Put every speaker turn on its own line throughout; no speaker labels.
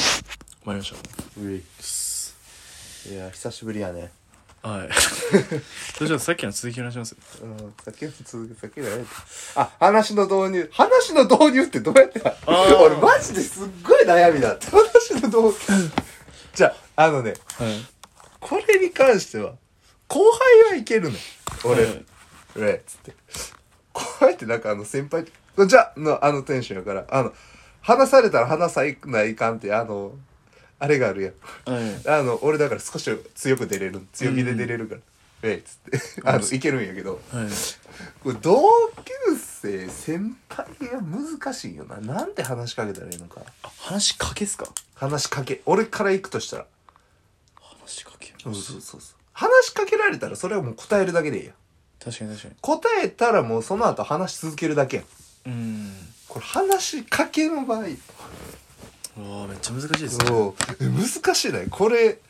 参りましょ
ウィックスいや久しぶりやね
うはい それじゃあさっきの続きの話します
うん酒の続き酒じゃないあ話の導入話の導入ってどうやってや
ー
俺マジですっごい悩みだった話の導入 じゃああのね
はい
これに関しては後輩はいけるの俺、
はい
俺っつって後輩ってなんかあの先輩じゃのあのテンションやからあの話されたら話さないかんってあのあれがあるやん
はい
あの俺だから少し強く出れる強気で出れるから「ええ」っつってあのいけるんやけど
はい
これ同級生先輩が難しいよななんて話しかけたらいいのか
あ話しかけっすか
話しかけ俺から行くとしたら
話しかけ
そうそうそうそう話しかけられたらそれはもう答えるだけでいいやん
確かに確かに
答えたらもうその後話し続けるだけやん
うん
これ話しかけの場合
うわーめっちゃ難しいですね
そうえ難しいねこれ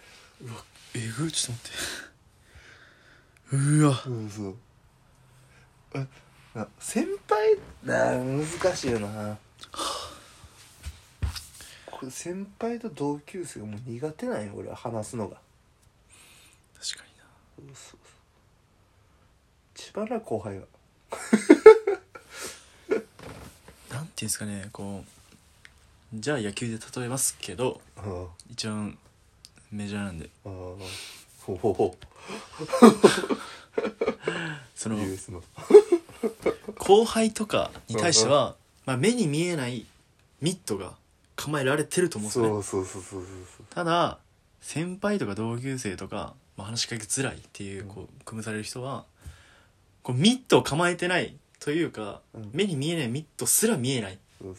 えぐちょっと待ってうわ
そうそうえな先輩なあ難しいよなこれ先輩と同級生がもう苦手なんよ俺は話すのが
確かにな
そうそうしばらく後輩は
なんていうんですかねこうじゃあ野球で例えますけど
ああ
一番メジャーなんで
ああほうほうほ
その
US の
後輩とかに対しては、まあ、目に見えないミットが構えられてると思うんですよ
そ
ね
うそうそうそうそうそう
ただ先輩とか同級生とか、まあ、話しかけづらいっていうこう組むされる人はこうミットを構えてないというか、
うん
目に見えないミットすら見えない
そう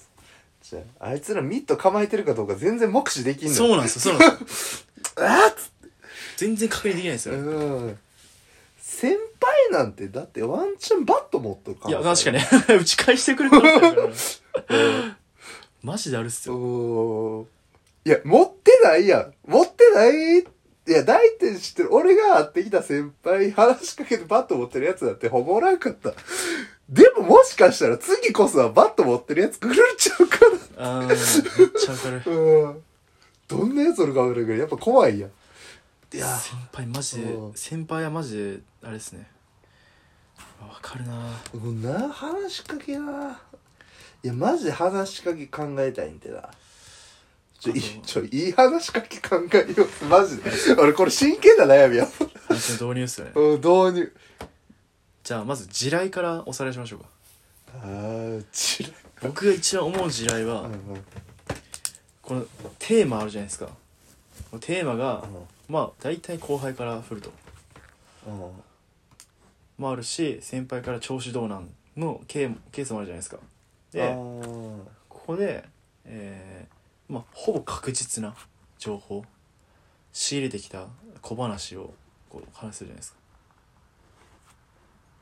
そうじゃああいつらミット構えてるかどうか全然目視できんの
そうなんですよそう なんですよ
あっつ
全然確認できないんですよ
うん先輩なんてだってワンチャンバット持っとるか
いや
ら
確かに打ち返してくれたんだ からマジであるっすよ
おーいや持ってないやん持ってないいや大体知ってる俺が会ってきた先輩話しかけてバット持ってるやつだってほぼおらんかったでももしかしたら次こそはバット持ってるやつ来るんちゃうかな
あーめっちゃわかる
うんどんなやつおるか分からんけどやっぱ怖いやんいや
先輩マジで
うん
先輩はマジであれですねわかるな
もうな話しかけないやマジで話しかけ考えたいんてなちょいい
あの
ちょいい話しかけ考えようマジで俺これ真剣な悩みや
話の導入っすよね
うん導入
じゃあまず地雷からおさらいしましょうか
あーちら
僕が一番思う地雷は、
うんうん
このテーマあるじゃないですかこのテーマが、まあ大体後輩から振ると
うん
もあるし先輩から調子どうなんのケーケースもあるじゃないですか
あ
で
ー
ここで、えーまあ、ほぼ確実な情報仕入れてきた小話をこう話するじゃないですか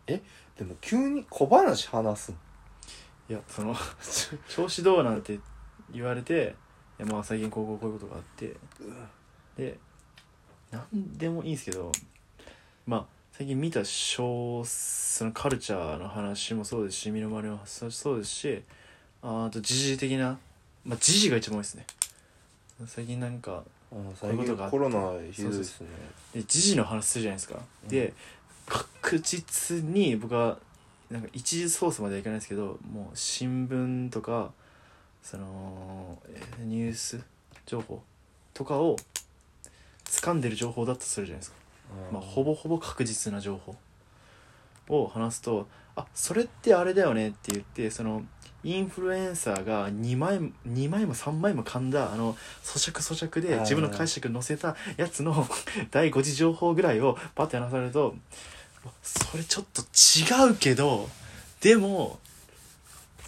でも急に小話話すん
いやその 調子どうなんて言われていやまあ最近こうこうこういうことがあってで何でもいいんですけどまあ最近見た小そのカルチャーの話もそうですし身の回りの話もそうですしああと時事的なまあ時事が一番多いですね最近なんか
うん
ういう
最
こと
近
があって
コロナひどいですね
で時事の話するじゃないですか、
うん
で確実に僕はなんか一時ソースまではいかないですけどもう新聞とかそのえーニュース情報とかを掴んでる情報だとするじゃないですか、まあ、ほぼほぼ確実な情報を話すと「あそれってあれだよね」って言ってそのインフルエンサーが2枚も2枚も3枚も噛んだあの咀嚼咀嚼で
あー
自分の解釈載せたやつの 第5次情報ぐらいをパッて話されるとうわそれちょっと違うけどでも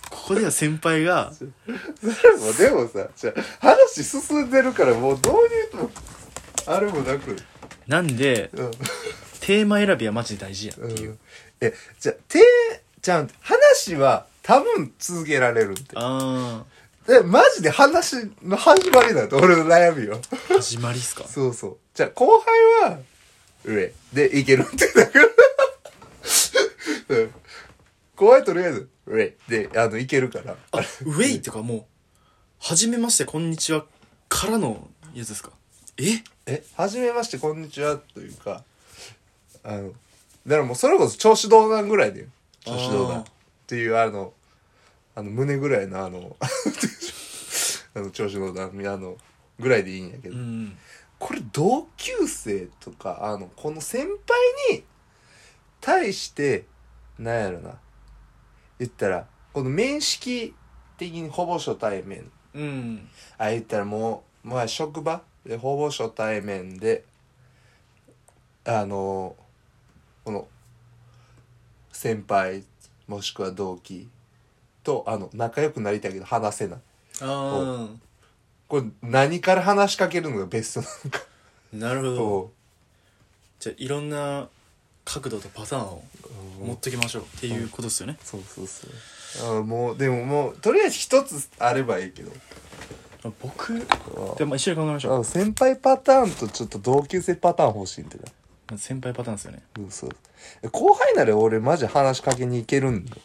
ここでは先輩が
それもでもさじゃあ話進んでるからもう導入もあれもなく
なんで
うん
テーマ選びはマジで大事やっていう
う、ん、えじゃあてじゃん話は多分続けられるって
あ
えマジで話の始まりだと俺の悩みよ
あ始まりっすか
そうそうじゃあ後輩は上でいけるってだからうん後輩とりあえず上であのいけるから
あウェイとかもう「はじめましてこんにちは」からのやつですかえ
えはじめましてこんにちはというかあのだからもうそれこそ調子動談ぐらいで調子動
あ
談
ー
っていうあのあの胸ぐらいのあのあの調子動談あのぐらいでいいんやけど、
うん
これ同級生とかあのこの先輩に対してなんやろな言ったらこの面識的にほぼ初対面
うん
あ言ったらもうまあ職場でほぼ初対面であのこの先輩もしくは同期とあの仲良くなりたいけど話せない
あ
これ何から話しかけるのがベストなのか
あなるほど
と、
じゃあいろんな角度とパターンを持っときましょうっていうことですよね
そうそうそうあもうでももうとりあえず一つあればいいけど
あ僕でも一緒に考えましょ
あ先輩パターンとちょっと同級生パターン欲しいんだよな
う先輩パターンですよね
うんそう後輩なら俺マジ話しかけに行けるんだよ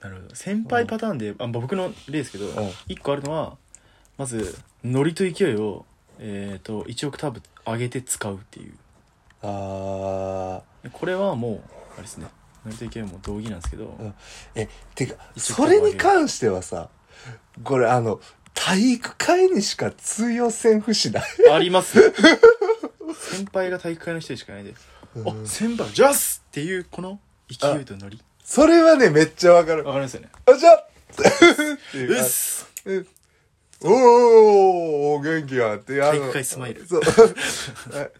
なるほど先輩パターンで、あまあ僕の例ですけど、
ん
一個あるのはまずノリと勢いを、えー、と1オクターブ上げて使うっていう
あ
でこれはもうあれですねノリと勢いも同義なんですけど、
んーえてか
一応
それに関してはさこれあの体育会にしか通用せん節ない
あります先輩が体育会の人でしかいないんで「あ先輩ジャス!」っていうこの勢いとノリ
それはねめっちゃわかる
わかりますよね
あじゃあっ
「
ていうう
っす!
うんおーおーおー元気やってあ
体育会スマイル
そう はい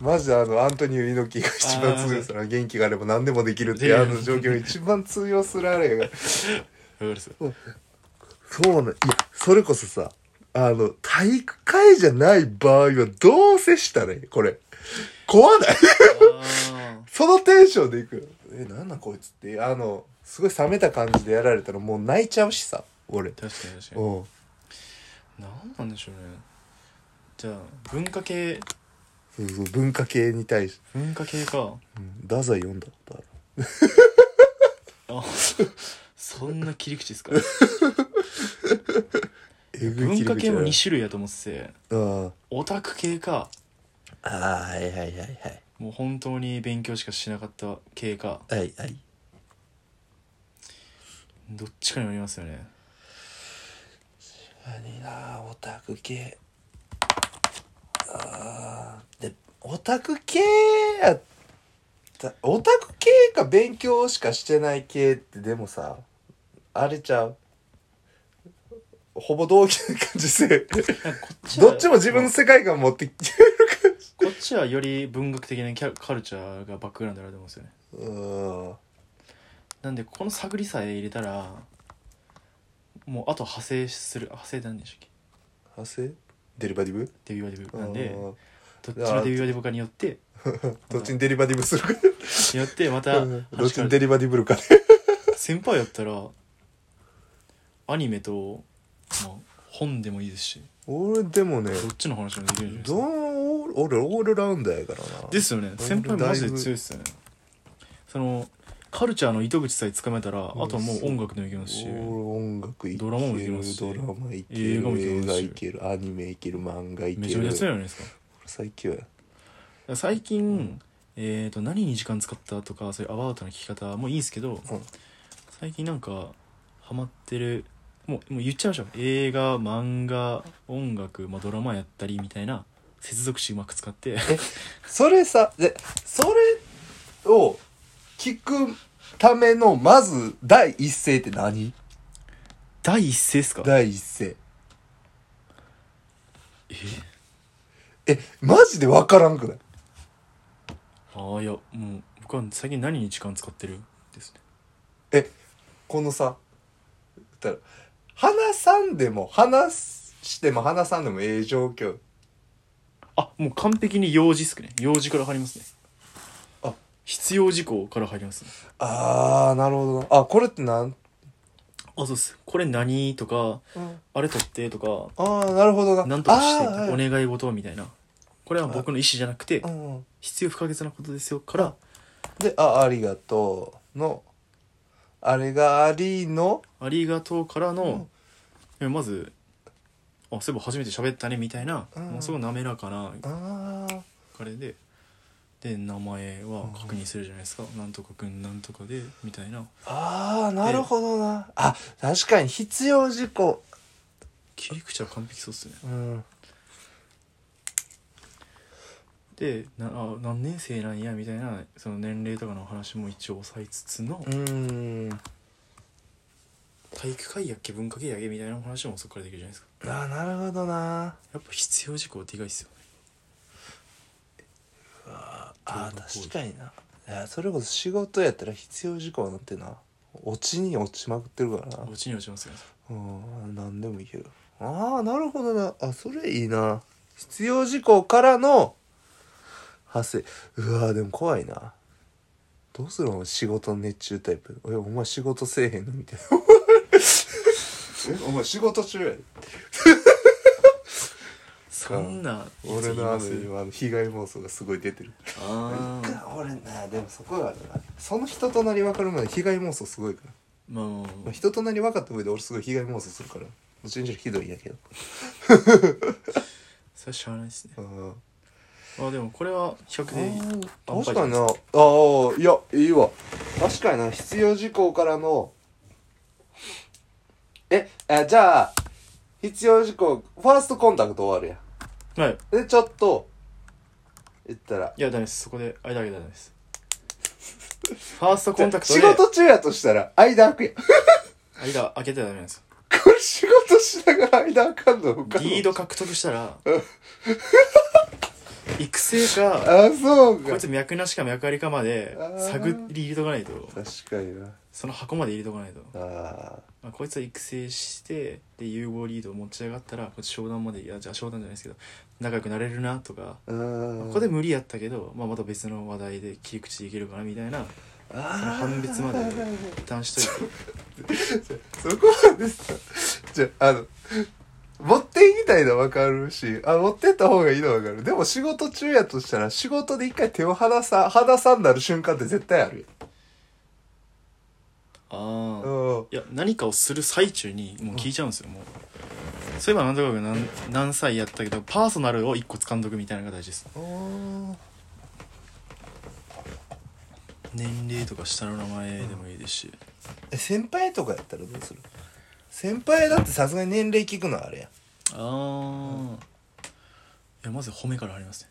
マジであのアントニオ猪木が一番通用する元気があれば何でもできるっていうあの状況が一番通用するあれが」
わかります
そうなんいやそれこそさあの体育会じゃない場合はどう接したらいいこれ怖ない
あ
そのテンションでいくえなんなんこいつってあのすごい冷めた感じでやられたらもう泣いちゃうしさ俺
ー確かに確かに
うん
何なんでしょうねじゃあ文化系
そうそう文化系に対して
文化系か
うん太宰読んだことある
あそんな切り口 ですか
えぐい切
文
り口
化系も
やな
2種類やと思ってて
うん
オタク系か
ああはいはいはいはい
もう本当に勉強しかしなかった系か
はいはい
どっちかによりますよね
何なオタク系あーでオタク系やったオタク系か勉強しかしてない系ってでもさあれちゃうほぼ同期な感じする
なんかこっは
どっちも自分の世界観持ってきてる
こっちはより文学的なキャカルチャーがバックグラウンドあると思うんですよね
感じうん
なんでこの探りさえ入れたらもうあと派生する派生って何でしたっけ
派生デリバティブ
デビューアデビブなん
う
で
ん
どっちのデビューアデビブかによって
どっちにデリバティブするか
によってまた
どっちにデリバティブるかね
先輩やったらアニメと、まあ、本でもいいですし
俺でもね
どっちの話もできるじゃないです
ど
か
う俺オールラウンダーやからな
ですよね
俺
先輩マジで
だいぶ
強いっすよねそのカルチャーの糸口さえつかめたらあ
うん
とはもう音楽でもいけますし
俺音楽いけ
ドラマもいけますし
ドラマいけ
映画もい
る
け
映
ます
画
し
いけるアニメいける漫画いける
めちゃめちゃ強いじゃないですかだか
最強や
ら最近、えー、と何に時間使ったとかそういうアバウトな聞き方もいいんですけど、
うん
最近なんかハマってるもうもう言っちゃいましょう映画漫画音楽、まあ、ドラマやったりみたいな接続詞うまく使って
それさでそれを聞くためのまず第一声って何
第一声ですか
第一声
え
えマジで分からんくない
ああいやもう僕は最近何に時間使ってるですね
えこのさ言ったら話さんでも話しても話さんでもええ状況
あもう完璧に用事っすね用事から入りますね
あ
必要事項から入りますね
ああなるほどなあこれってなん、
あそうっすこれ何とかあれ取ってとか
ああなるほどな
何とかして
あー
お願い事みたいなこれは僕の意思じゃなくて
うんうん
必要不可欠なことですよから
で「あありがとう」の「あれがありの
ありがとうからの、えまずあそういえば初めて喋ったねみたいな、
うん
もうすごい滑らかな
ああ
彼でで名前は確認するじゃないですか、なんとかくんなんとかでみたいな
ああなるほどなあ確かに必要事項
切り口は完璧そうっすね
うん
でなあ何年生なんやみたいなその年齢とかの話も一応抑えつつの
うん
体育会やっけ文化系やっけみたいな話もそこからできるじゃないですか
あーなるほどな
やっぱ必要事項でかいっすよね
あ
どういう
ー
行為
確かにないやそれこそ仕事やったら必要事項になってな落ちに落ちまくってるからな
落ちに落ちますよね
うん何でもいけるああなるほどなあそれいいな必要事項からの発生うわーでも怖いなどうするの仕事熱中タイプえお前仕事せえへんのみたいなえ お前仕事中や
そんな
俺のあの
よ
今の被害妄想がすごい出てる
あー
俺なでもそこがあるなその人となり分かるまで被害妄想すごいから
まあまあまあ
まあ、人となり分かった上で俺すごい被害妄想するからどっちにしろひどいんやけど
それはしゃあないですね
うん
まあでもこれは比較的
あー確かになああいやいいわ確かにな必要事項からのええじゃあ必要事項ファーストコンタクト終わる
はい
やんでちょっと言ったら
いやダメですそこで間だけダメですファーストコンタクトで
仕事中やとしたら間開くやん
間開けてはダメなんですよ
これ仕事しながら間開かんの他の
リード獲得したら育成か
あそう
こ
か
いつ脈なしか脈ありかまで
あー
探り入れとかないと
確かにな
その箱まで入れとかないと、
ああ
まあ、こいつは育成してで融合リードを持ち上がったらこいつ商談までいやじゃあ商談じゃないですけど仲良くなれるなとか、
うん
ここで無理やったけど、まあ、また別の話題で切り口でいけるかなみたいな判別まで一旦しといて
そこまでさ、じゃあ、あの、持っていきたいのはわかるし、あ、持ってった方がいいのはわかる。でも仕事中やとしたら、仕事で一回手を離さ、離さんなる瞬間って絶対ある
あ
やん。
あ
うん。
いや何かをする最中にもう聞いちゃうんですよ、もうそういえば何とかが何何歳やったけどパーソナルを一個掴んどくみたいなのが大事です年齢とか下の名前でもいいですし、
え先輩とかやったらどうする先輩だってさすがに年齢聞くのはあれやん。
ああいやまず褒めからありますね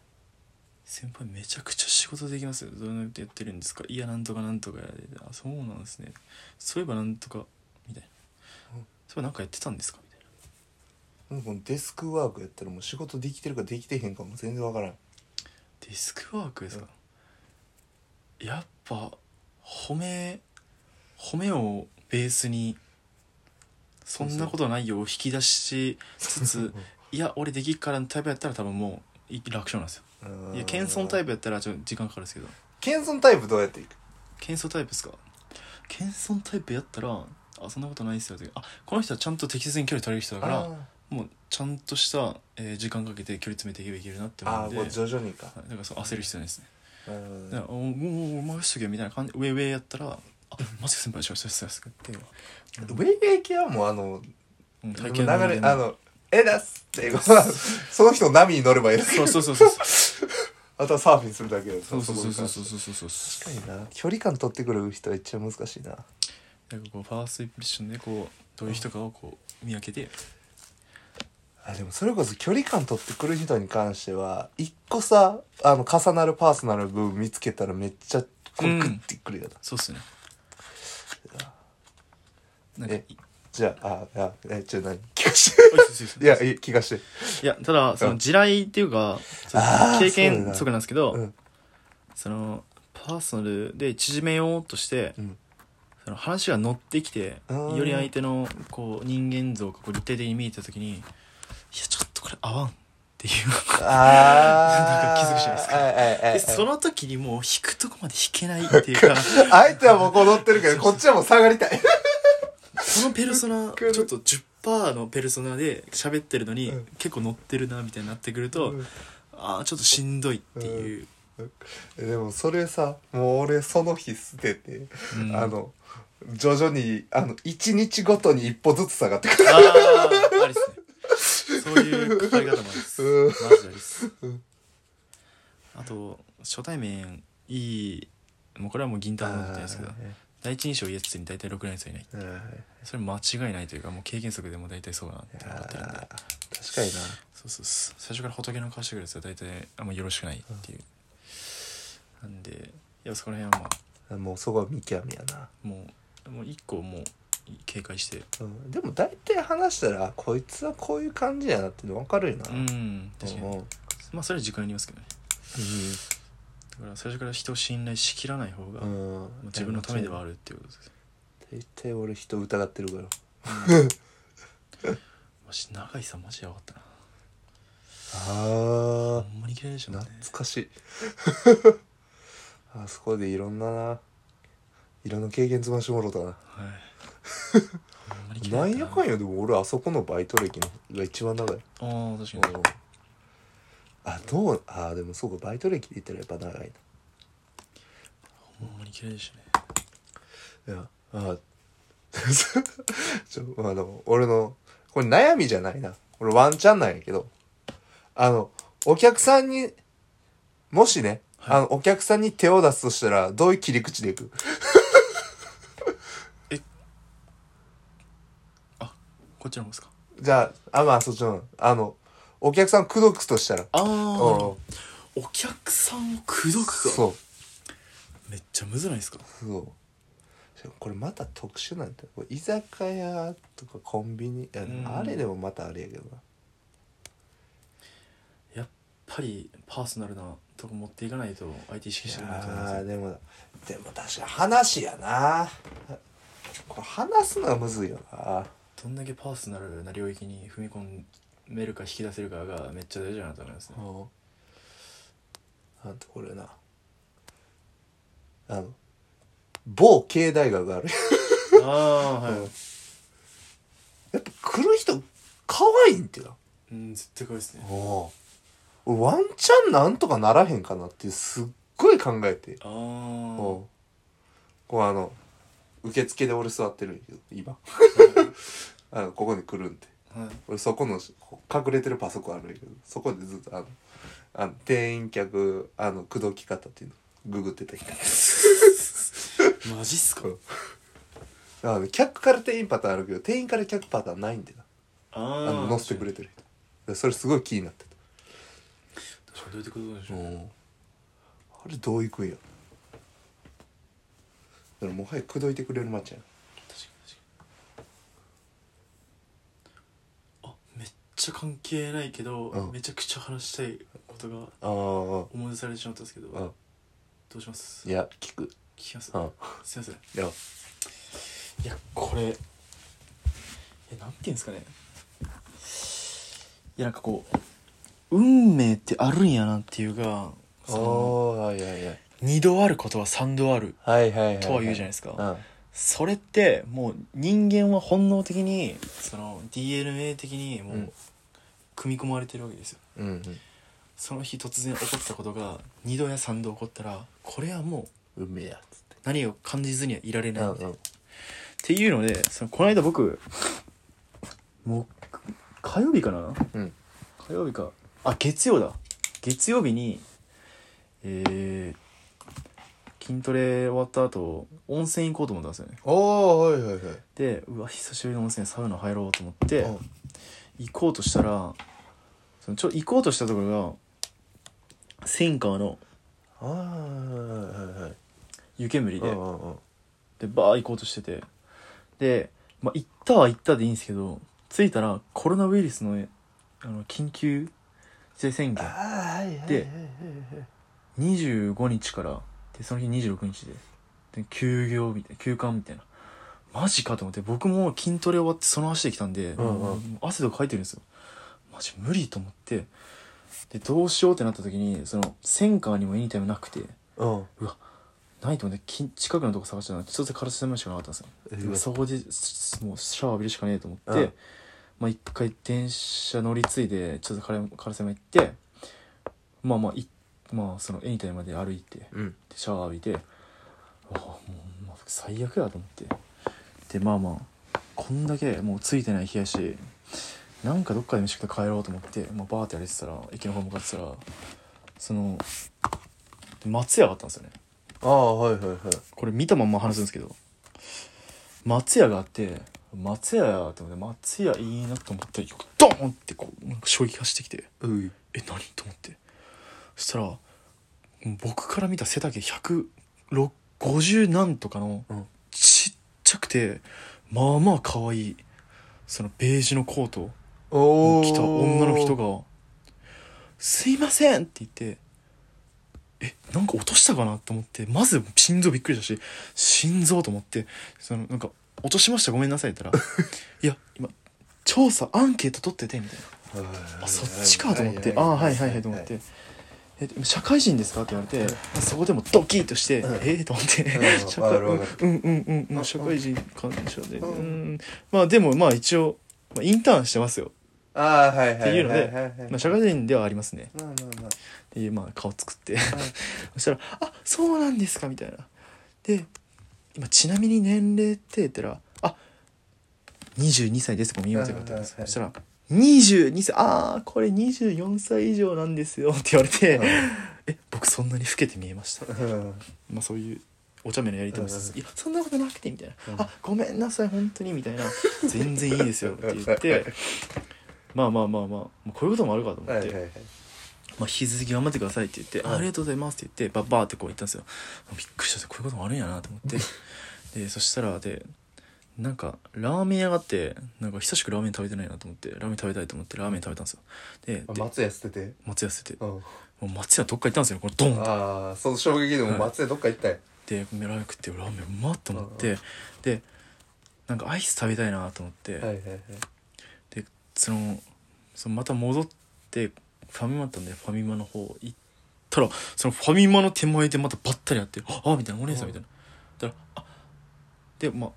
先輩めちゃくちゃ仕事できますよどうやってやってるんですかいやなんとかなんとかやであそうなんですねそういえばなんとかみたいなそういえばなんかやってたんですかみたいな
なんかこのデスクワークやったらもう仕事できてるかできてへんかも全然わからん。
デスクワークですか、やっぱ褒め褒めをベースにそんなことないよを引き出しつついや俺できっからのタイプやったら多分もうい楽勝なんですよいや謙遜タ
イ
イプやったらちょっと時間かかるんですけど
プ。謙遜タイプどうやっていく
謙遜タイプですか謙遜タイプやったらあそんなことないですよってあこの人はちゃんと適切に距離取れる人だからもうちゃんとした、えー時間かけて距離詰めていけばいけるなって思うん
あー
で
こう徐々にか。
はいだからそう焦る必要ないですね
なるほどね
ね、おもうもう任しとけよみたいな感じ上上やったら「あマジ先輩しょしょしょ」って、
ウェイウェイ系はもうあの、
うん、体験
流れ、
の
あの、えだっすって、 その人の波に乗ればいいだけ
そうそうそうそう
あとはサーフィンするだけだ
そうそうそうそう
う。
そうそうそうそ
確かにな。距離感取ってくる人は一番難しいな。
うなんかこうファーストインプレッションでこうどういう人かをこう見分けて
あ、でもそれこそ距離感取ってくる人に関しては、一個さ、あの、重なるパーソナル部分見つけたらめっちゃ、こ
うん
う、グッてくるよな。
そうっすねなんかい
えじゃあ、あ、あ、え、ちょ、何聞かし
おいそうそうそう
て。いや、いい聞 かして。
いやただその地雷っていうかその
あー
経
そうだ
験
な
則なんですけど、
うん
そのパーソナルで縮めようとして、
うん
その話が乗ってきて
あー
より相手のこう人間像がこう立体的に見えた時に「いやちょっとこれ合わん」っていう
あ
なん
ー。
か気づくじゃないですか
はいはいはいは
で
い
その時にもう引くとこまで引けないっていうか
相手はもうこう乗ってるけど、こっちはもう下がりたい。
そのペルソナ
くる
ちょっと10%のペルソナで喋ってるのに、
うん
結構乗ってるなみたいになってくると、
うん
ああちょっとしんどいっていう、
えでもそれさもう俺その日捨てて、
うん
あの徐々にあの1日ごとに一歩ずつ下がってくる
ああ、ありっすね。そういう関わり方もあるっす
うん
マジでありっすあと初対面いいもうこれはもう銀魂のことじゃないですけど第一印象いいやつに大体6年生いない
うんうん
それ間違いないというかもう経験則でも大体そうだなって
あー
思ってるんで
確かにな
そうそうそう最初から仏の顔してくるやつは大体あんまよろしくないっていうなんでいやそこら辺はまあ
あもうそこは見極めやな、
もうもう一個もう警戒して
うん、でも大体話したらこいつはこういう感じやなっていうの分かるよな、
うん確か
うん
に
うん
まあそれは時間によりますけどねだから最初から人を信頼しきらない方が、ま
うん
あ、自分のためではあるっていうことです、
大体俺人疑ってるから
マジ永井さんマジやばかったな
あ
ほんまに嫌いでしょ
ー
ね
懐かしい あそこでいろんなないろんな経験積ましてもろたな
はいほんまに嫌いだ
なん
った
やかんやでも俺あそこのバイト歴のが一番長い
あー確かに
うんあどうあでもそうかバイト歴で言ったらやっぱ長い
ほんまに嫌いでしたね
ないやあ ちょまあでも俺のこれ悩みじゃないな俺ワンチャンなんやけどあのお客さんにもしね、
はい
あのお客さんに手を出すとしたらどういう切り口でいく
こっちの方ですか
じゃああまあそっちのあのお客さん口説くとしたら
ああ
うん
お客さんを口説くか
そう
めっちゃむずないですか
そうしかもこれまた特殊なんだよこれ居酒屋とかコンビニいや
うん
あれでもまたあれやけどな
やっぱりパーソナルなとこ持っていかないと相手意識してくれないと思います
あ
よ
でもでも確かに話やなこれ話すのはむずいよな
どんだけパーソナルな領域に踏み込めるか引き出せるかがめっちゃ大事だなと思い ますね
なんとこれなあの某経大学がある
ああはい、
やっぱ来る人可愛いんってな
うん、絶対こいですね
お俺ワンチャンなんとかならへんかなってすっごい考えて
ああ
おこうあの受付で俺座ってるんやけど今 あのここに来るんで
はい
俺そこのこう隠れてるパソコンあるんやけどそこでずっとあのあの店員客あの口説き方っていうのググってた人
マジっすか
うんあの客から店員パターンあるけど店員から客パターンないんでな
あ
あ
あ
の載せてくれてる人でそれすごい気になって
確かにどういうことでしたょう、
あれどういくんやだからもはや口説いてくれる街や
確かに確かにあめっちゃ関係ないけど、
うん
めちゃくちゃ話したいことが
ああ
思い出されてしまったんですけど、
うん
どうします
いや聞く
聞きます、
うん
すいません
いや
いやこれえなんていうんですかねいやなんかこう運命ってあるんやなっていうかその
おーいやいや
二度あることは三度ある
はいはいはい、
とは言うじゃない
い
ですか、
うん
それってもう人間は本能的にその DNA 的にも
う
うん組み込まれてるわけですよ、
うんうん
その日突然起こったことが二度や三度起こったらこれはもう
運命やっつっ
何を感じずにはいられ
て
ないみたいなっていうのでそのこの間僕もう火曜日かな
うん
火曜日かあ月曜だ月曜日にえー、筋トレ終わった後温泉行こうと思ったんですよね
おーはいはいはい
でうわ久しぶりの温泉サウナ入ろうと思って
うん
行こうとしたらそのちょ行こうとしたところが仙川の
あーはいはいはい
湯煙
う
で
んうんうん
でバー行こうとしててで、まあ、行ったは行ったでいいんですけど着いたらコロナウイルスのあの緊急事態宣言
あーはいはいはいはい
で25日からでその日26日でで休業みたいな休館みたいなマジかと思って僕も筋トレ終わってその足で来たんで、
うんうん
もう汗とかかいてるんですよマジ無理と思ってでどうしようってなった時にそのセンカーにもエニタイムなくて
うん
ないと思ってき近くのとこ探してたら一つだけ空手狭いしかなかったんですよでもそこですもうシャワー浴びるしかねえと思って、
うん
まあ一回電車乗り継いでちょっとカラカラセマ行ってまあまあいまあそのエニタイムまで歩いてで
うん
シャワー浴びてああもう、まあ、最悪やと思ってでまあまあこんだけもうついてない冷やしなんかどっかで飯食って帰ろうと思って、まあ、バーって歩いてたら駅の方向かってたらその松屋があったんですよね
ああはいはいはい
これ見たまんま話すんですけど松屋があって松屋やと思って松屋いいなと思ったらドーンってこうなんか衝撃がしてきて
うい
え何と思ってそしたら僕から見た背丈150何とかの
うん
ちっちゃくてまあまあ可愛いそのベージュのコート
お
を
お
着た女の人
が
が「すいません!」って言って「えなんか落としたかな?」と思ってまず心臓びっくりしたし心臓と思ってそのなんか「落としましたごめんなさい」って言ったら 「いや今調査アンケート取ってて」みたいな。あそっちかと思って「ああはいはいはい」と思って「えでも社会人ですか?」って言われてそこでもドキッとして
うん
「ええ?」と思って
う
「
ん
社
わか
会
る
う
わ
ん
か
うんうんうん
あ
社会人感謝でう
うん
んまあでもまあ一応まあインターンしてますよ
ああはいはい
っていうので
はいはいはい
まあ社会人ではありますね
まあまあまあ
っていうまあ顔作って そしたら「あそうなんですか」みたいなで今ちなみに年齢って言ったら「あ22歳です」とかも言いますよって言われて
うんうんうん
そしたら「22歳ああこれ24歳以上なんですよ」って言われて、え僕そんなに老けて見えました
うん
まあそういうお茶目なやり取りをしつ
う
つ「いやそんなことなくて」みたいな「
うん
あごめんなさい本当に」みたい な「全然いいですよ」って言ってまあまあまあまあもうこういうこともあるかと思って「
はいはいはい
まあ、引き続き頑張ってください」って言って「
うん
あありがとうございます」って言ってバッバーってこう言ったんですよびっくりしたこういうこともあるんやなと思ってでそしたらでなんかラーメン屋があってなんか久しくラーメン食べてないなと思ってラーメン食べたいと思ってラーメン食べたんですよで
あ
で
松屋捨てて
松屋捨てて
うん
もう松屋どっか行ったんですよこれドンって
ああその衝撃でも松屋どっか行ったんや
でラーメン食ってラーメンうまっと思って、
うん
でなんかアイス食べたいなと思って、
はいはいはい
でそのそのまた戻ってファミマだったんでファミマの方行ったらそのファミマの手前でまたばったり会って「ああ」みたいな「お姉さん」みたいな。だからあでまあ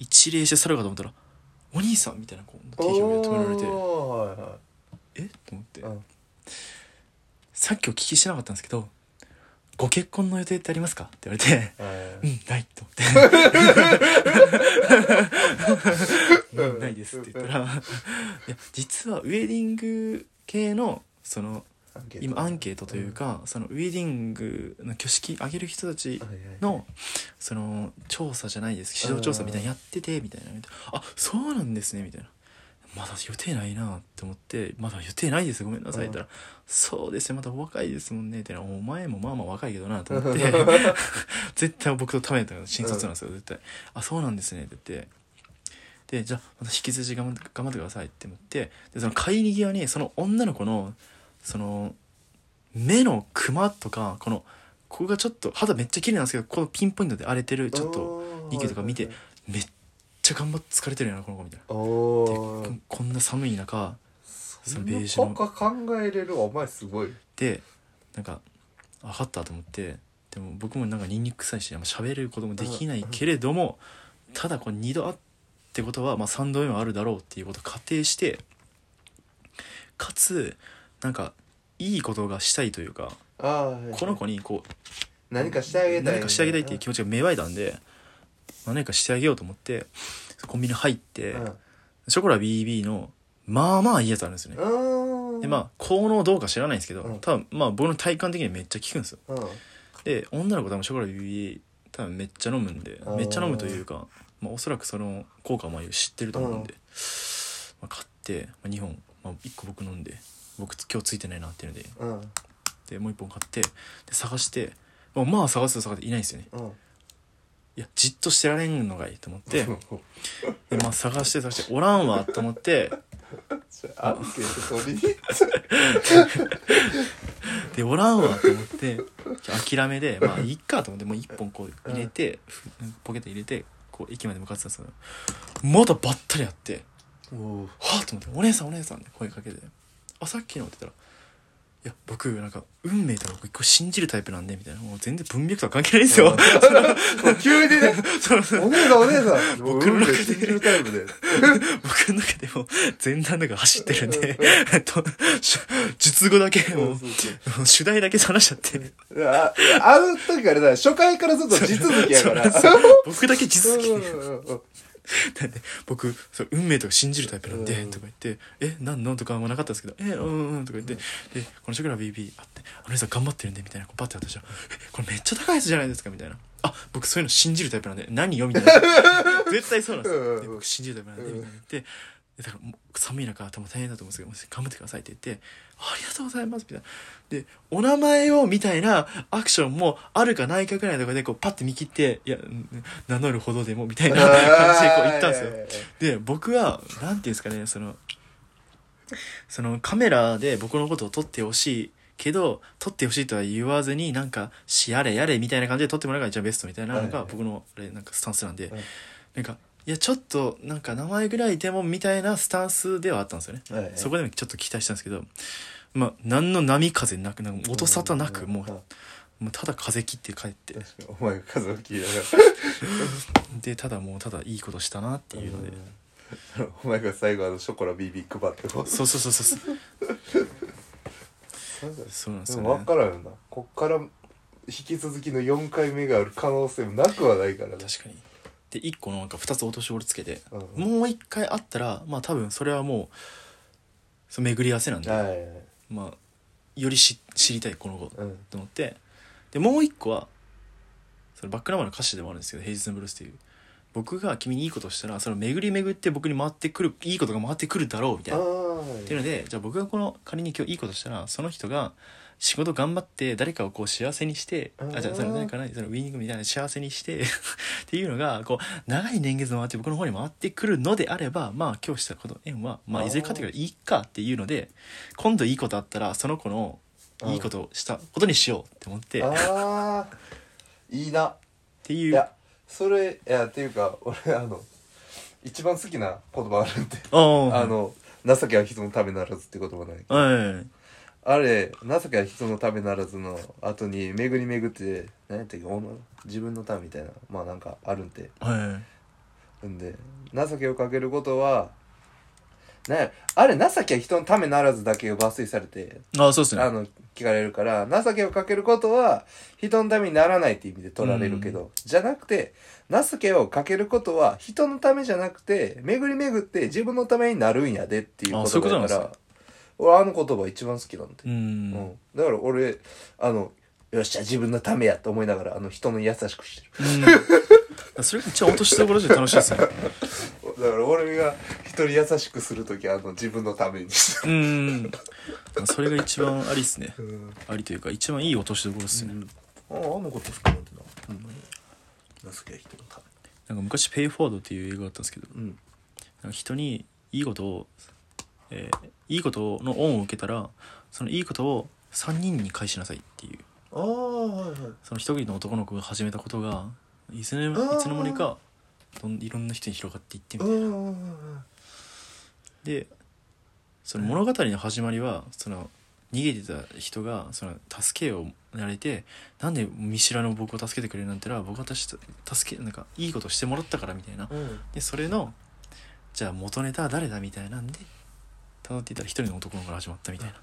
一礼して去るかと思ったら「お兄さん」みたいなこう手広げて止められて
おーはいは
「えっ?」と思って、
いうん
さっきお聞きしてなかったんですけど「ご結婚の予定ってありますか?」って言われて
はい
「うんない」と思って。
うん
ないですって言ったらいや実はウェディング系のその
アンケート
今アンケートというか、そのウェディングの挙式挙げる人たち
はいはい
のその調査じゃないです指導調査みたいなのやっててみたいなあそうなんですねみたいなまだ予定ないなって思ってまだ予定ないですごめんなさいって言ったらそうですねまだお若いですもんねってお前もまあまあ若いけどなと思って 絶対僕とためだったから新卒なんですよ絶対あそうなんですねって言ってでじゃあまた引き続き頑張って頑張ってくださいって思ってでその帰り際にその女の子のその目のクマとかこのここがちょっと肌めっちゃ綺麗なんですけどこのピンポイントで荒れてるちょっと
おー
ニキとか見て
はい
めっちゃ頑張って疲れてるよなこの子みたいな
はいはい
で
お
こ
ー
んこんな寒い中
そ
その
ん
ベ
な
ージュの
パカ考えれるわお前すごい
でなんか分かったと思ってでも僕もなんかニンニク臭いしあんま喋ることもできないけれどもただこう2度あってことは、まあ、3度目もあるだろうっていうことを仮定してかつなんかいいことがしたいというか
ああはいはい
この子にこう
何かしてあげたい
何かしてあげたいっていう気持ちが芽生えたんで、まあ、何かしてあげようと思ってコンビニ入って、
うん
ショコラ BB のまあまあいいやつあるんですよね、
うん
でまあ効能どうか知らないんですけど、
うん
多分まあ僕の体感的にめっちゃ効くんですよ
うん
で女の子多分ショコラ BB 多分めっちゃ飲むんで
あー
めっちゃ飲むというか、まあ、おそらくその効果も知ってると思うんで、まあ、買って、まあ、2本、まあ、1個僕飲んで僕今日ついてないなっていうので
うん
でもう1本買ってで探して、まあ、まあ探すと探していないんですよね
うん
いやじっとしてられんのがいいと思ってで、まあ、探して探しておらんわと思って
じゃあアンケート取りに
でおらんわと思って諦めでまあいっかと思ってもう一本こう入れて、ポケット入れてこう駅まで向かってたんですけどまだばったりやって
お
「はあ!」と思って「お姉さんお姉さん」って声かけて「あさっきの」って言ったら「いや僕なんか運命とか僕一個信じるタイプなんで」みたいなもう全然文脈とは関係ないんですよ。
急にね
そうそう
お姉さんお姉さんもう
僕の中で
信じるタイプで
僕の中でも前段なんか走ってるん で、えっと、し術語だけもう
そうそう
もう主題だけ話しちゃって
ああの時からだ初回からずっと地続きやから
僕だけ地続きで
うんうんうん
だって僕そう運命とか信じるタイプなんで、
うん
とか言って「えなんの?」とかあんまなかったんですけど「えうんうん」とか言って、でこの人から BB あって「あの人頑張ってるんで」みたいなこうパッて私は「えこれめっちゃ高いやつじゃないですか」みたいな「あ僕そういうの信じるタイプなんで何よ」みた いな絶対そうなんです
うんう
よ
ん
で僕信じるタイプなんでみたいな言って。でだからもう寒い中頭大変だと思うんですけどもう頑張ってくださいって言って「ありがとうございます」みたいなで「お名前を」みたいなアクションもあるかないかぐらいとかでこうパッて見切って「いやん名乗るほどでも」みたいな感じでこう言ったんですよ。で僕はなんていうんですかねそのそのカメラで僕のことを撮ってほしいけど撮ってほしいとは言わずになんか「しやれやれ」みたいな感じで撮ってもらうのが一番ベストみたいなの
はいは
が
い
僕のあれなんかスタンスなんで、
はい
なんか「いやちょっとなんか名前ぐらいでも」みたいなスタンスではあったんですよね。
はいはい
そこでもちょっと期待したんですけどまあ何の波風なくなんか音沙汰なく
ん
も
ん
うもうただ風切って帰って
確かにお前が風を切りなが
でただもうただいいことしたなっていうので。
らお前が最後あのショコラ BB 配ってこう
そうそうそうそうそうそうなんです
で
よ
も
ね
分からんよなこっから引き続きの4回目がある可能性もなくはないからな
確かにで1個のなんか2つ落とし折りつけて、
うん
もう1回あったらまあ多分それはもうそう巡り合わせなんで、
はい
まあ、よりし知りたいこの子
うん
と思ってでもう1個はそのバックナンバーの歌詞でもあるんですけど「平日のブルース」っていう僕が君にいいことをしたらその巡り巡って僕に回ってくるいいことが回ってくるだろうみたい
あ
な
ー
っていうのでじゃあ僕がこの仮に今日いいことしたらその人が仕事頑張って誰かをこう幸せにして
あー
あじゃあその誰かなそのウィニングみたいな幸せにして っていうのがこう長い年月の回って僕の方に回ってくるのであればまあ今日したこと縁は、まあ、
あー
いずれ勝ってからいいかっていうので今度いいことあったらその子のいいことをしたことにしようって思ってっ
あーいいな
て
い
いうあ
やそれいやっていうか俺あの一番好きな言葉あるんであ
あ
の「情けは人のためならず」って言葉ない
はい
あれ「情けは人のためならず」の後に巡り巡って何やったっけおの自分のためみたいなまあなんかあるんで
は
んで情けをかけることはなんやあれ情けは人のためならずだけを抜粋されて
いああそうですね
あの聞かれるから情けをかけることは人のためにならないっていう意味で取られるけど、じゃなくて情けをかけることは人のためじゃなくて巡り巡って自分のためになるんやでっていう
あ
こ
そう
と
いうことなん
だ
です
か
ね
ら俺あの言葉一番好きなんで
う、ん
うんだから俺あのよっしゃ自分のためやと思いながらあの人の優しくしてる
うん、 それが一番落としどころじゃ楽しいですね
だから俺が人に優しくする時あの自分のためにしてる
うーんまあそれが一番ありっすねありというか一番いい落としどころっすね、
ああのこと好きなんだなほんまに情けは人のた
なんか昔「ペイフォワード」っていう映画があったんですけど
めうん
なんか人にいいことを、えーいいことの恩を受けたらそのいいことを3人に返しなさいっていう
ああはいはい
その一人の男の子が始めたことがいつの
ー
いつの間にかどんいろんな人に広がっていってみたいな
うん
でその物語の始まりはその逃げてた人がその助けをやれてなんで見知らぬ僕を助けてくれるなんてら僕は私助けなんかいいことしてもらったからみたいな
うん
でそれのじゃあ元ネタは誰だみたいなんで頼っていたら一人の男の子から始まったみたいなっ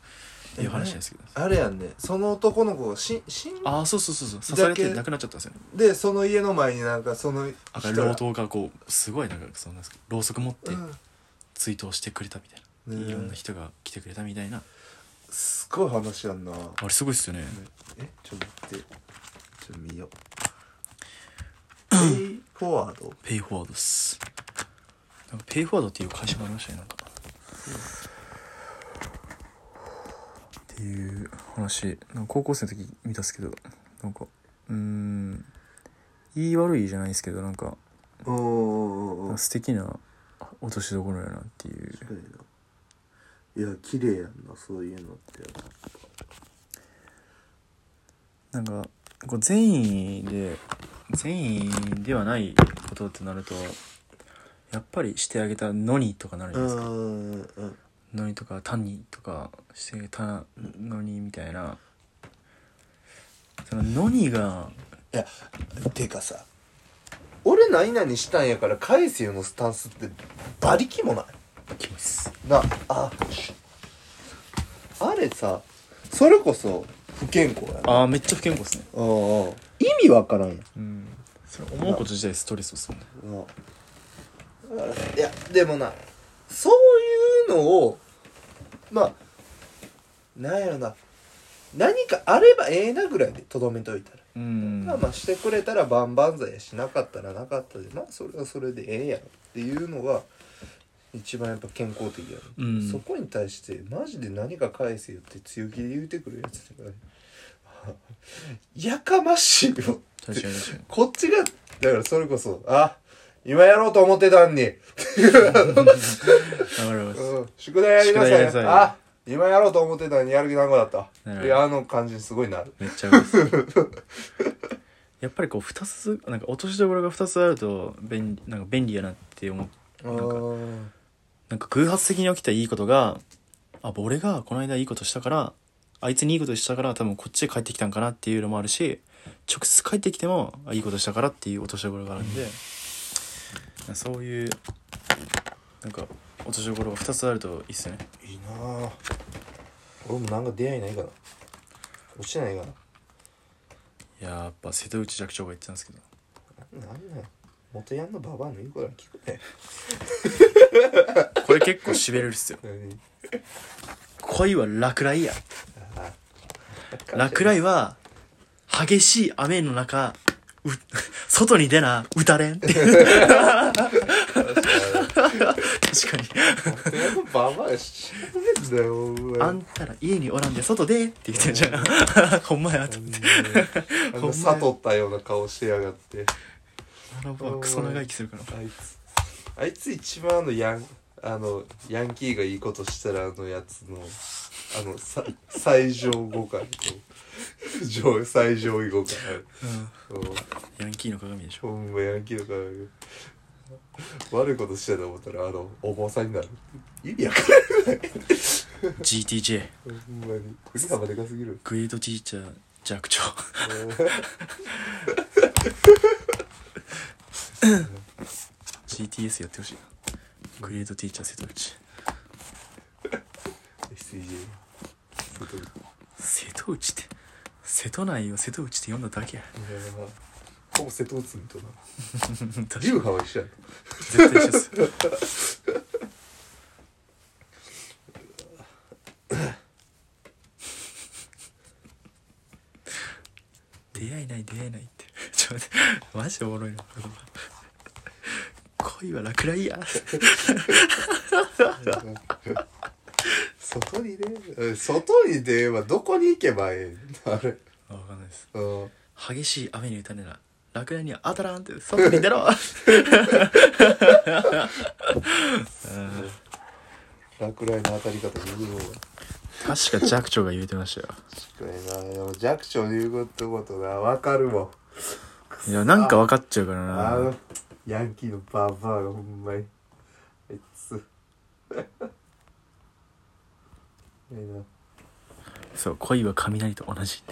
ていう話なんですけど
あれやんねその男の子がししん
ああそうそうそうそう刺されて亡くなっちゃったんですよね
でその家の前になんかその
あから老頭がこうすごいなんかそんなんですけどろうそく持って追悼してくれたみたい
うん
な、
ねえ
いろんな人が来てくれたみたいな
すごい話やんな
あれすごいっすよね、
えちょっと待ってちょっと見ようペイフォワード
ペイフォワードっすなんかペイフォワードっていう会社がありましたねなんかっていう話なんか高校生の時見たっすけどなんかうーん言い悪いじゃないですけどなんか
おーおーおー
素敵な落としどころやなっていう
確かにないや綺麗やんなそういうのって
なんかこう善意で善意ではないことってなるとやっぱりしてあげたのにとかなるじゃ
う
ないですか
んうん
のにとか単にとかしてたのにみたいなそののにが
いやてかさ俺何々したんやから返せよのスタンスって馬力もない
きます
なああれさそれこそ不健康やな
ああめっちゃ不健康ですね
うんうん意味わからんやん
うんそれ思うこと自体ストレスですもんね
ないやでもなそういうのをまあなんやろな何かあればええなぐらいでとどめといたら、
うん
まあまあしてくれたら万々歳やしなかったらなかったでまあそれはそれでええやろっていうのが一番やっぱ健康的やろ、
うん
そこに対してマジで何か返せよって強気で言うてくるやつとかね やかましいよ
確かに確かに
こっちが、だからそれこそ、あ、今やろうと思ってたんに、
わかります
うん宿題やりな
宿題やり
さ。
ないさい
あ、今やろうと思ってたのにやる気なんかだった。
なるほ
っ
ど
てあの感じにすごいなる。
めっちゃ嬉しい やっぱりこう2つなんか落としどころが2つあると便利なんか便利やなって思う
あー
なんか偶発的に起きたいいことがあ俺がこの間いいことしたからあいつにいいことしたから多分こっちへ帰ってきたんかなっていうのもあるし直接帰ってきてもあいいことしたからっていう落としどころがあるんで、そういうなんか落としどころが2つあるといいっすね
いいなぁ。俺もなんか出会いないかな。落ちてないか
やっぱ瀬戸内寂聴が言ってたんですけど
な。なんなんや。元ヤンのババアの言うことは聞くね。
これ結構しびれるっすよ
うん
恋は落雷や
あー
落雷は激しい雨の中う 外に出な打たれんっていう確かに
元ヤンのババア知らんだよ、お前
あんたら家におらんで外でって言ってんじゃんほんまやと思って
あの悟ったような顔してやがって。
あの子はクソ長生きするから
あいつあいつ一番あのヤンあのヤンキーがいいことしたらあのやつのあのさ最上5回と 上最上位5回うん
ヤンキーの鏡でしょ
ほんまヤンキーだから悪いことしたと思ったらあのお坊さんになる意味わかんない
GTJ
ほんまに栗浜でかすぎる
グレードティーチャー弱聴 GTS やってほしいなグレードティーチャー瀬戸内
SEJ
瀬戸内って瀬戸内を瀬戸内って呼んだだけや
ほぼ瀬戸内とな
確かに
流派は一緒やな
絶対一緒っす出会いない出会いないってちょっと待ってマジでおもろいな言葉恋は落雷や
外に出る外に出ればどこに行けばええん あれ
あわかんないです
うん
激しい雨に打たれな落雷には当たらんって外に出ろ
落雷の当たり方見るのが
確か寂聴が言うてましたよ
近いなでも弱小の言うことことな分かるもん
いやなんか分かっちゃうから
あ
な
のヤンキーのババアがほんまにあいつ ええな
そう恋は雷と同 じ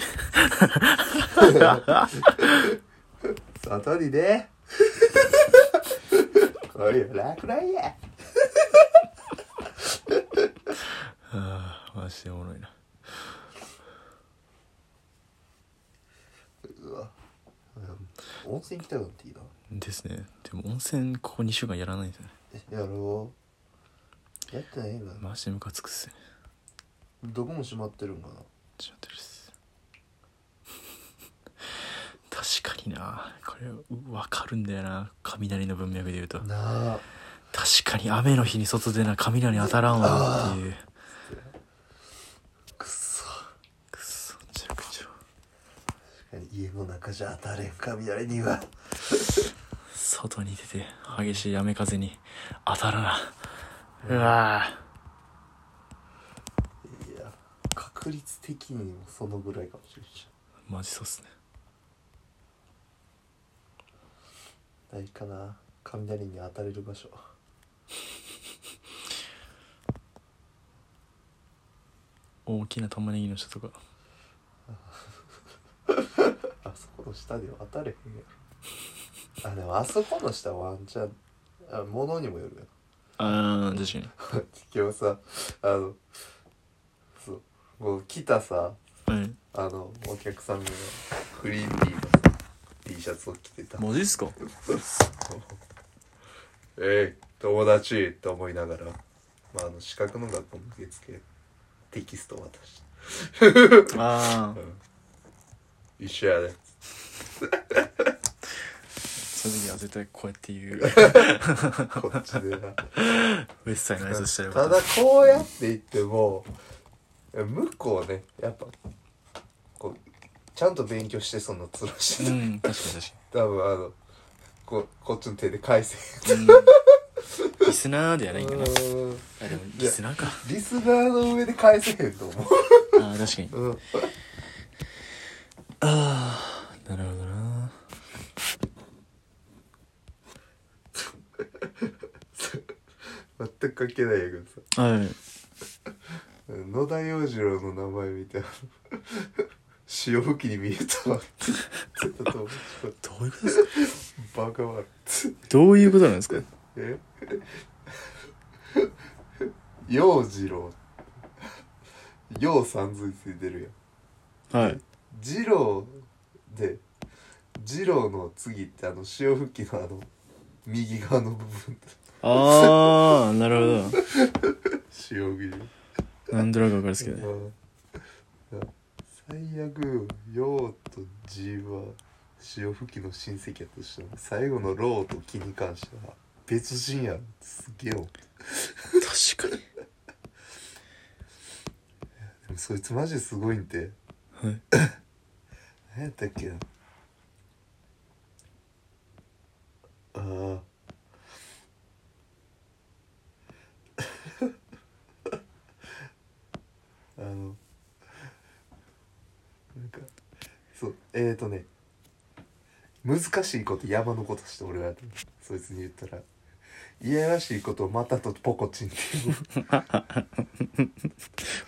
外に ねこれよ落雷や
ああマジでおもろいな
うわ温泉行きたくなっていいな
ですねでも温泉ここ2週間やらないんですよね
やろうやってないんかな
マジでムカつくっすね
どこも閉まってるんかな
ちょっと待ってるっす 確かになこれうわかるんだよな雷の文脈で言うと
なあ
確かに雨の日に外でな雷当たらんわっていう
くそ
くっそめちゃくちゃ
確かに家の中じゃ当たれん雷には
外に出て激しい雨風に当たらなうわ
いや確率的にもそのぐらいかもしれんし
ーマジそうっすね
ないかな雷に当たれる場所
大きな玉ねぎの下とか
あそこの下では当たれへんやろあでもあそこの下ワンチャンあ物にもよるやろ
あー確か
今日さあのそうこう来たさ
にうん
あのお客さんがグリーンティーのさ T シャツを着てた
マジっすか
えい友達って思いながら、まあ、あの、資格の学校の受付、テキスト渡して。
ああ
一緒やで。
その時は絶対こうやって言う
こっちでな。
ウエストサイドの挨拶したらよか
た
った
だこうやって言っても向こうねやっぱこうちゃんと勉強してそのつらして
う
た
ん確かに確
多分あのここっちの手で返
か
せ
にリスナーでやらいいんかな
う
あ
ーん
でもリスナーか
リスナーの上で返せへんと思
ああ確かに
う、うん、
ああなるほどな
全く関係ないやけどさ
はい
野田洋次郎の名前みたいな潮吹きに見えたわちょっと友達
どういうことですか
バカ悪い
どういうことなんですか
え 陽次郎陽さんずいついてるやん
はい
次郎で次郎の次ってあの潮吹きのあの右側の部分
ああなるほ
潮吹きで
どなんとなくわかるんですけどね
まあ最悪陽と字は潮吹きの親戚やとしても最後の老と木に関しては別人やんすげえ思った
確かに
でもそいつマジですごいんで
はい
何やったっけなあー あのなんかそうえーとね難しいこと山のことして俺はそいつに言ったらいやらしいことをまたとポコチンって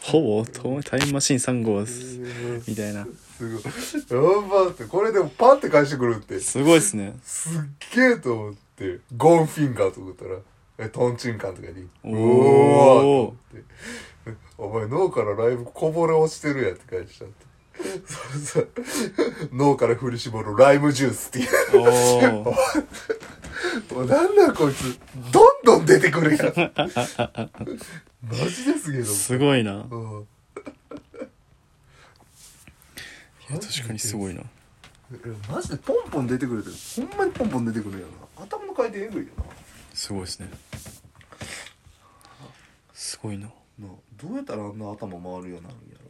ほぼとタイムマシーン3号です
いう
みたいな
すごいやばってこれでもパンって返してくるって
すごいですね
すっげえと思って、ゴンフィンガーとか言ったら、え、トンチンカンとかに、
お
お
ー
おーってお前脳からライブこぼれ落ちてるやんって返しちゃって。そうそう脳から振り絞るライムジュースってい
お
う。
お
もうなんだこいつ、どんどん出てくるやん。 マジですげえ
す
と
ごいな
思って
いや確かにすごいな
うんえマジでポンポン出てくるって、ほんまにポンポン出てくるやな。頭の回転えぐいよ
すごいですねすごいなど
な。なあどうやったらあんな頭回るようになるんやろ。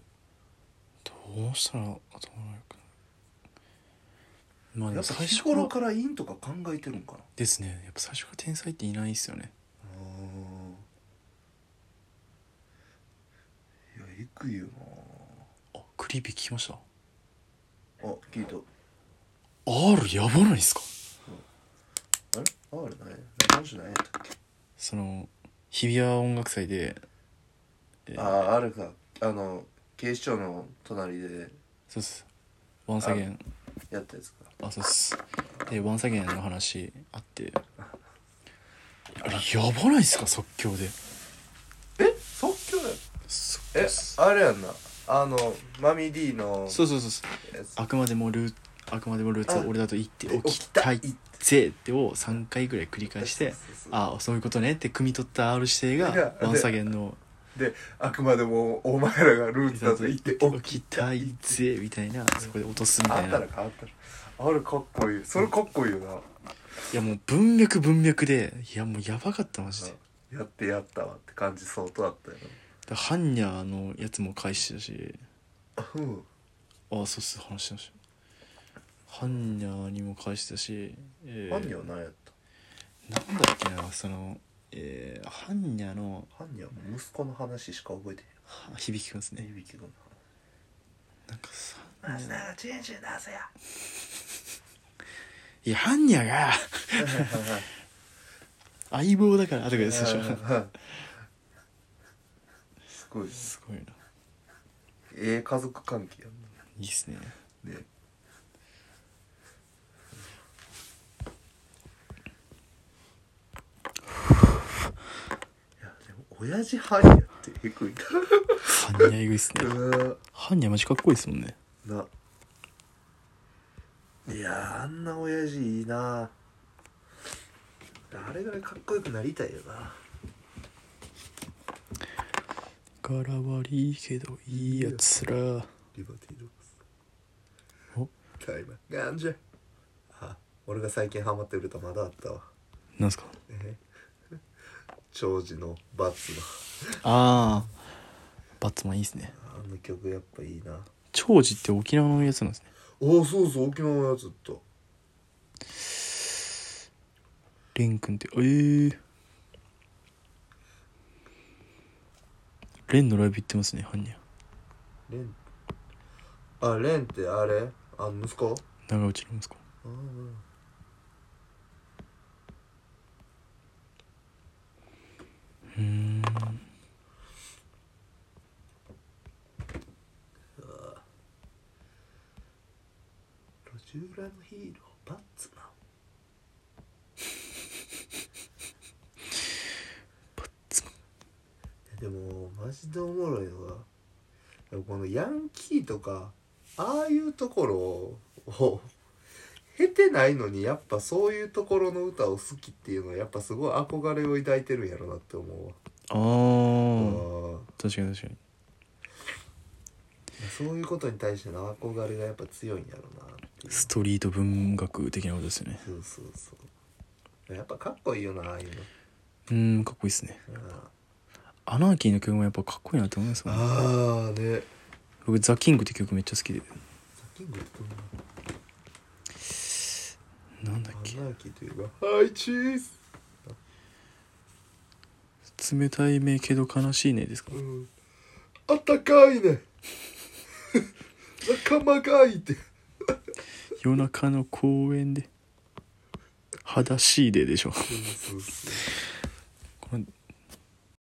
うしたら頭が良くなるまあでも
やっぱ
最
日
初
頃
から
から陰とか考えてるんかな
ですねやっぱ最初から天才っていないですよね
いやえぐいよ
あクリーピー聞きました
なあ聞いた
R やばないですか
あれあれない何しないやったっけ
その日比谷音楽祭で
あああるかあの警視庁の隣で
そうっすワンサゲン
やったやつか
あそうっすでワンサゲンの話あってあれやばないっすか即興で
え即興だよ
そ
えあれやんなあのマミ D の
そうそうそうそう
やつ
あくまでもルーあくまでもルーツは
あ
俺だと言ってお
起
き
き
た
た
いぜってを3回ぐらい繰り返して
そうそうそう
ああそういうことねって汲み取った R 指定
いや
が
で
ワンサゲンの
であくまでもお前らがルーツだと言ってお
起きたいぜみたいなそこで落とすみ
あ
たい
っ
な
たらかあったらあれかっこいいそれかっこいいよない
やもう文脈文脈でいやもうやばかったマジで
やってやったわって感じ相当あったよ
でハンニャのやつも返してたし
なうん
ああそうっす話してましたハンニャにも返してたし、えー
犯人は何やった
なんだっけなそのえー、ハンニャの
犯人は息子の話しか覚えて
は響きます
へん
ね
いびきくんの
なんかさ
話ならチンチン出せや
いやハンニャが 相棒だからとか言ってたでしょ
すごい
すごいな
ええ家族関係や
いいっすね
んなねいやでも親父犯人ってえぐい
ハンニャエグいっすね
なうわ
ハンニャマジかっこいいっすもんね
ないやあんな親父いいなあれぐらいかっこよくなりたいよな
柄悪いけどいいやつら
リバティドース
お
タイマーガンジャあ俺が最近ハマってる歌まだあったわ
なんすか
えへ長寿のバッツの
ああバッツマンいいですね
あの曲やっぱいいな
長寿って沖縄のやつなんですね
おおそうそう沖縄のやつと
レン君ってええー、レンのライブ行ってますね般若
レンあレンってあれあの息子
長内の息子
ああ
うーん
路地裏のヒーローバッツ マンいやでもマジでおもろいのがでもこのヤンキーとかああいうところを経てないのにやっぱそういうところの歌を好きっていうのはやっぱすごい憧れを抱いてるんやろなって思うわ、
あー
うん
確かに確かに
そういうことに対しての憧れがやっぱ強いんやろなっていう
ストリート文学的なことですよね
そうそうそうやっぱかっこいいよなああいうの
うーんかっこいいですね
うん
アナーキーの曲もやっぱかっこいいなって思いますもん
ああね
僕ザ・キングって曲めっちゃ好きで
ザキングってな
なんだっ
アナ
け
ーキーというかはいチーズ
冷たい目けど悲しいねですか
うんあったかいね仲間がいて
夜中の公園で裸足ででしょ
そうそうそう